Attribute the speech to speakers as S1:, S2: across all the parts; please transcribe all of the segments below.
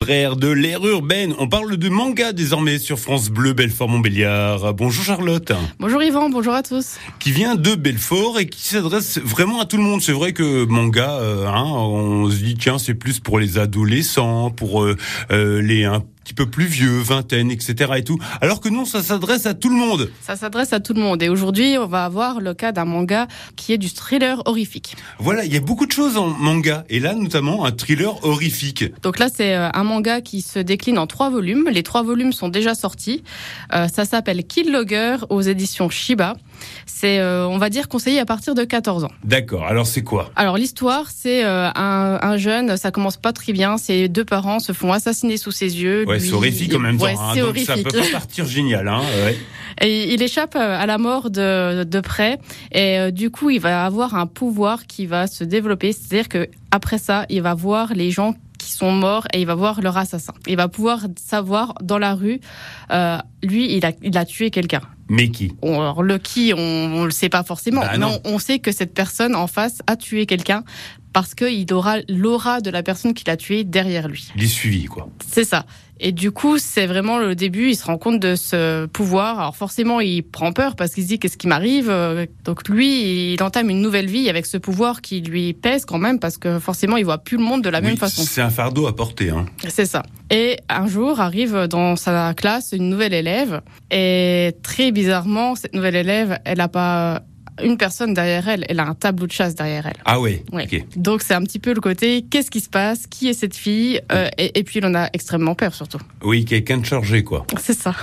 S1: libraire de l'air urbaine. On parle de manga désormais sur France Bleu, Belfort-Montbéliard. Bonjour Charlotte,
S2: Bonjour Yvan, bonjour à tous.
S1: qui vient de Belfort et qui s'adresse vraiment à tout le monde. C'est vrai que manga, euh, hein, on se dit tiens c'est plus pour les adolescents, pour euh, euh, les un petit peu plus vieux, vingtaine, etc. et tout. Alors que non, ça s'adresse à tout le monde.
S2: Ça s'adresse à tout le monde et aujourd'hui on va avoir le cas d'un manga qui est du thriller horrifique.
S1: Voilà, il y a beaucoup de choses en manga et là notamment un thriller horrifique.
S2: Donc là c'est euh, un manga qui se décline en trois volumes. Les trois volumes sont déjà sortis. Euh, ça s'appelle Kill Logger aux éditions Shiba. C'est euh, on va dire conseillé à partir de 14 ans.
S1: D'accord. Alors c'est quoi
S2: Alors l'histoire c'est euh, un, un jeune, ça commence pas très bien. Ses deux parents se font assassiner sous ses yeux.
S1: Ouais,
S2: Lui-
S1: c'est horrifique en même temps.
S2: Ouais,
S1: hein,
S2: c'est
S1: donc ça peut
S2: horrifique.
S1: pas partir génial. Hein, ouais.
S2: Et il échappe euh, à la mort de, de près. Et euh, du coup, il va avoir un pouvoir qui va se développer. C'est-à-dire que après ça, il va voir les gens qui sont morts et il va voir leur assassin. Il va pouvoir savoir dans la rue, euh, lui, il a, il a tué quelqu'un.
S1: Mais qui
S2: On- Alors, le qui, on, on le sait pas forcément.
S1: Bah
S2: mais
S1: non.
S2: on, on sait que cette personne en face a tué quelqu'un parce qu'il aura l'aura de la personne qu'il a tué derrière lui.
S1: Il est suivi quoi.
S2: C'est ça. Et du coup, c'est vraiment le début. Il se rend compte de ce pouvoir. Alors forcément, il prend peur parce qu'il se dit qu'est-ce qui m'arrive. Euh, Donc lui, il entame une nouvelle vie avec ce pouvoir qui lui pèse quand même parce que forcément, il voit plus le monde de la
S1: Oui,
S2: même façon.
S1: C'est un fardeau à porter. Hein.
S2: C'est ça. Et un jour arrive dans sa classe une nouvelle élève et très bizarrement, cette nouvelle élève, elle n'a pas une personne derrière elle. Elle a un tableau de chasse derrière elle.
S1: Ah ouais.
S2: Ouais.
S1: Ok.
S2: Donc c'est un petit peu le côté qu'est-ce qui se passe, qui est cette fille Euh, et, et puis il en a extrêmement peur surtout.
S1: Oui, quelqu'un de chargé quoi.
S2: C'est ça.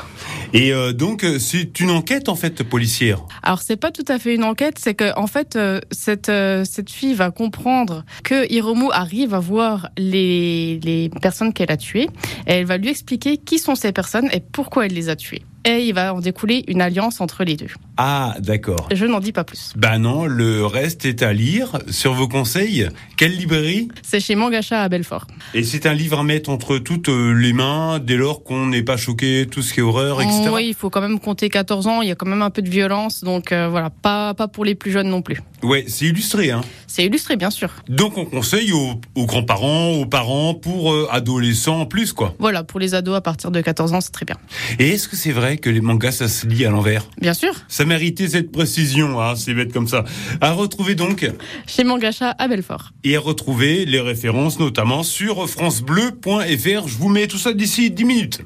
S1: Et euh, donc euh, c'est une enquête en fait policière.
S2: Alors c'est pas tout à fait une enquête, c'est que en fait euh, cette euh, cette fille va comprendre que Hiromu arrive à voir les les personnes qu'elle a tuées et elle va lui expliquer qui sont ces personnes et pourquoi elle les a tuées. Et il va en découler une alliance entre les deux.
S1: Ah d'accord.
S2: Je n'en dis pas plus.
S1: Bah non, le reste est à lire sur vos conseils. Quelle librairie
S2: C'est chez Mangacha à Belfort.
S1: Et c'est un livre à mettre entre toutes euh, les mains dès lors qu'on n'est pas choqué, tout ce qui est horreur, etc.
S2: Oui, il faut quand même compter 14 ans, il y a quand même un peu de violence, donc euh, voilà, pas pas pour les plus jeunes non plus.
S1: Ouais, c'est illustré. Hein.
S2: C'est illustré bien sûr.
S1: Donc on conseille aux, aux grands-parents, aux parents pour euh, adolescents en plus quoi.
S2: Voilà, pour les ados à partir de 14 ans, c'est très bien.
S1: Et est-ce que c'est vrai que les mangas ça se lit à l'envers
S2: Bien sûr,
S1: Ça méritait cette précision, hein, c'est bête comme ça. À retrouver donc
S2: chez Mangacha à Belfort.
S1: et à retrouver les références notamment sur francebleu.fr. Je vous mets tout ça d'ici 10 minutes.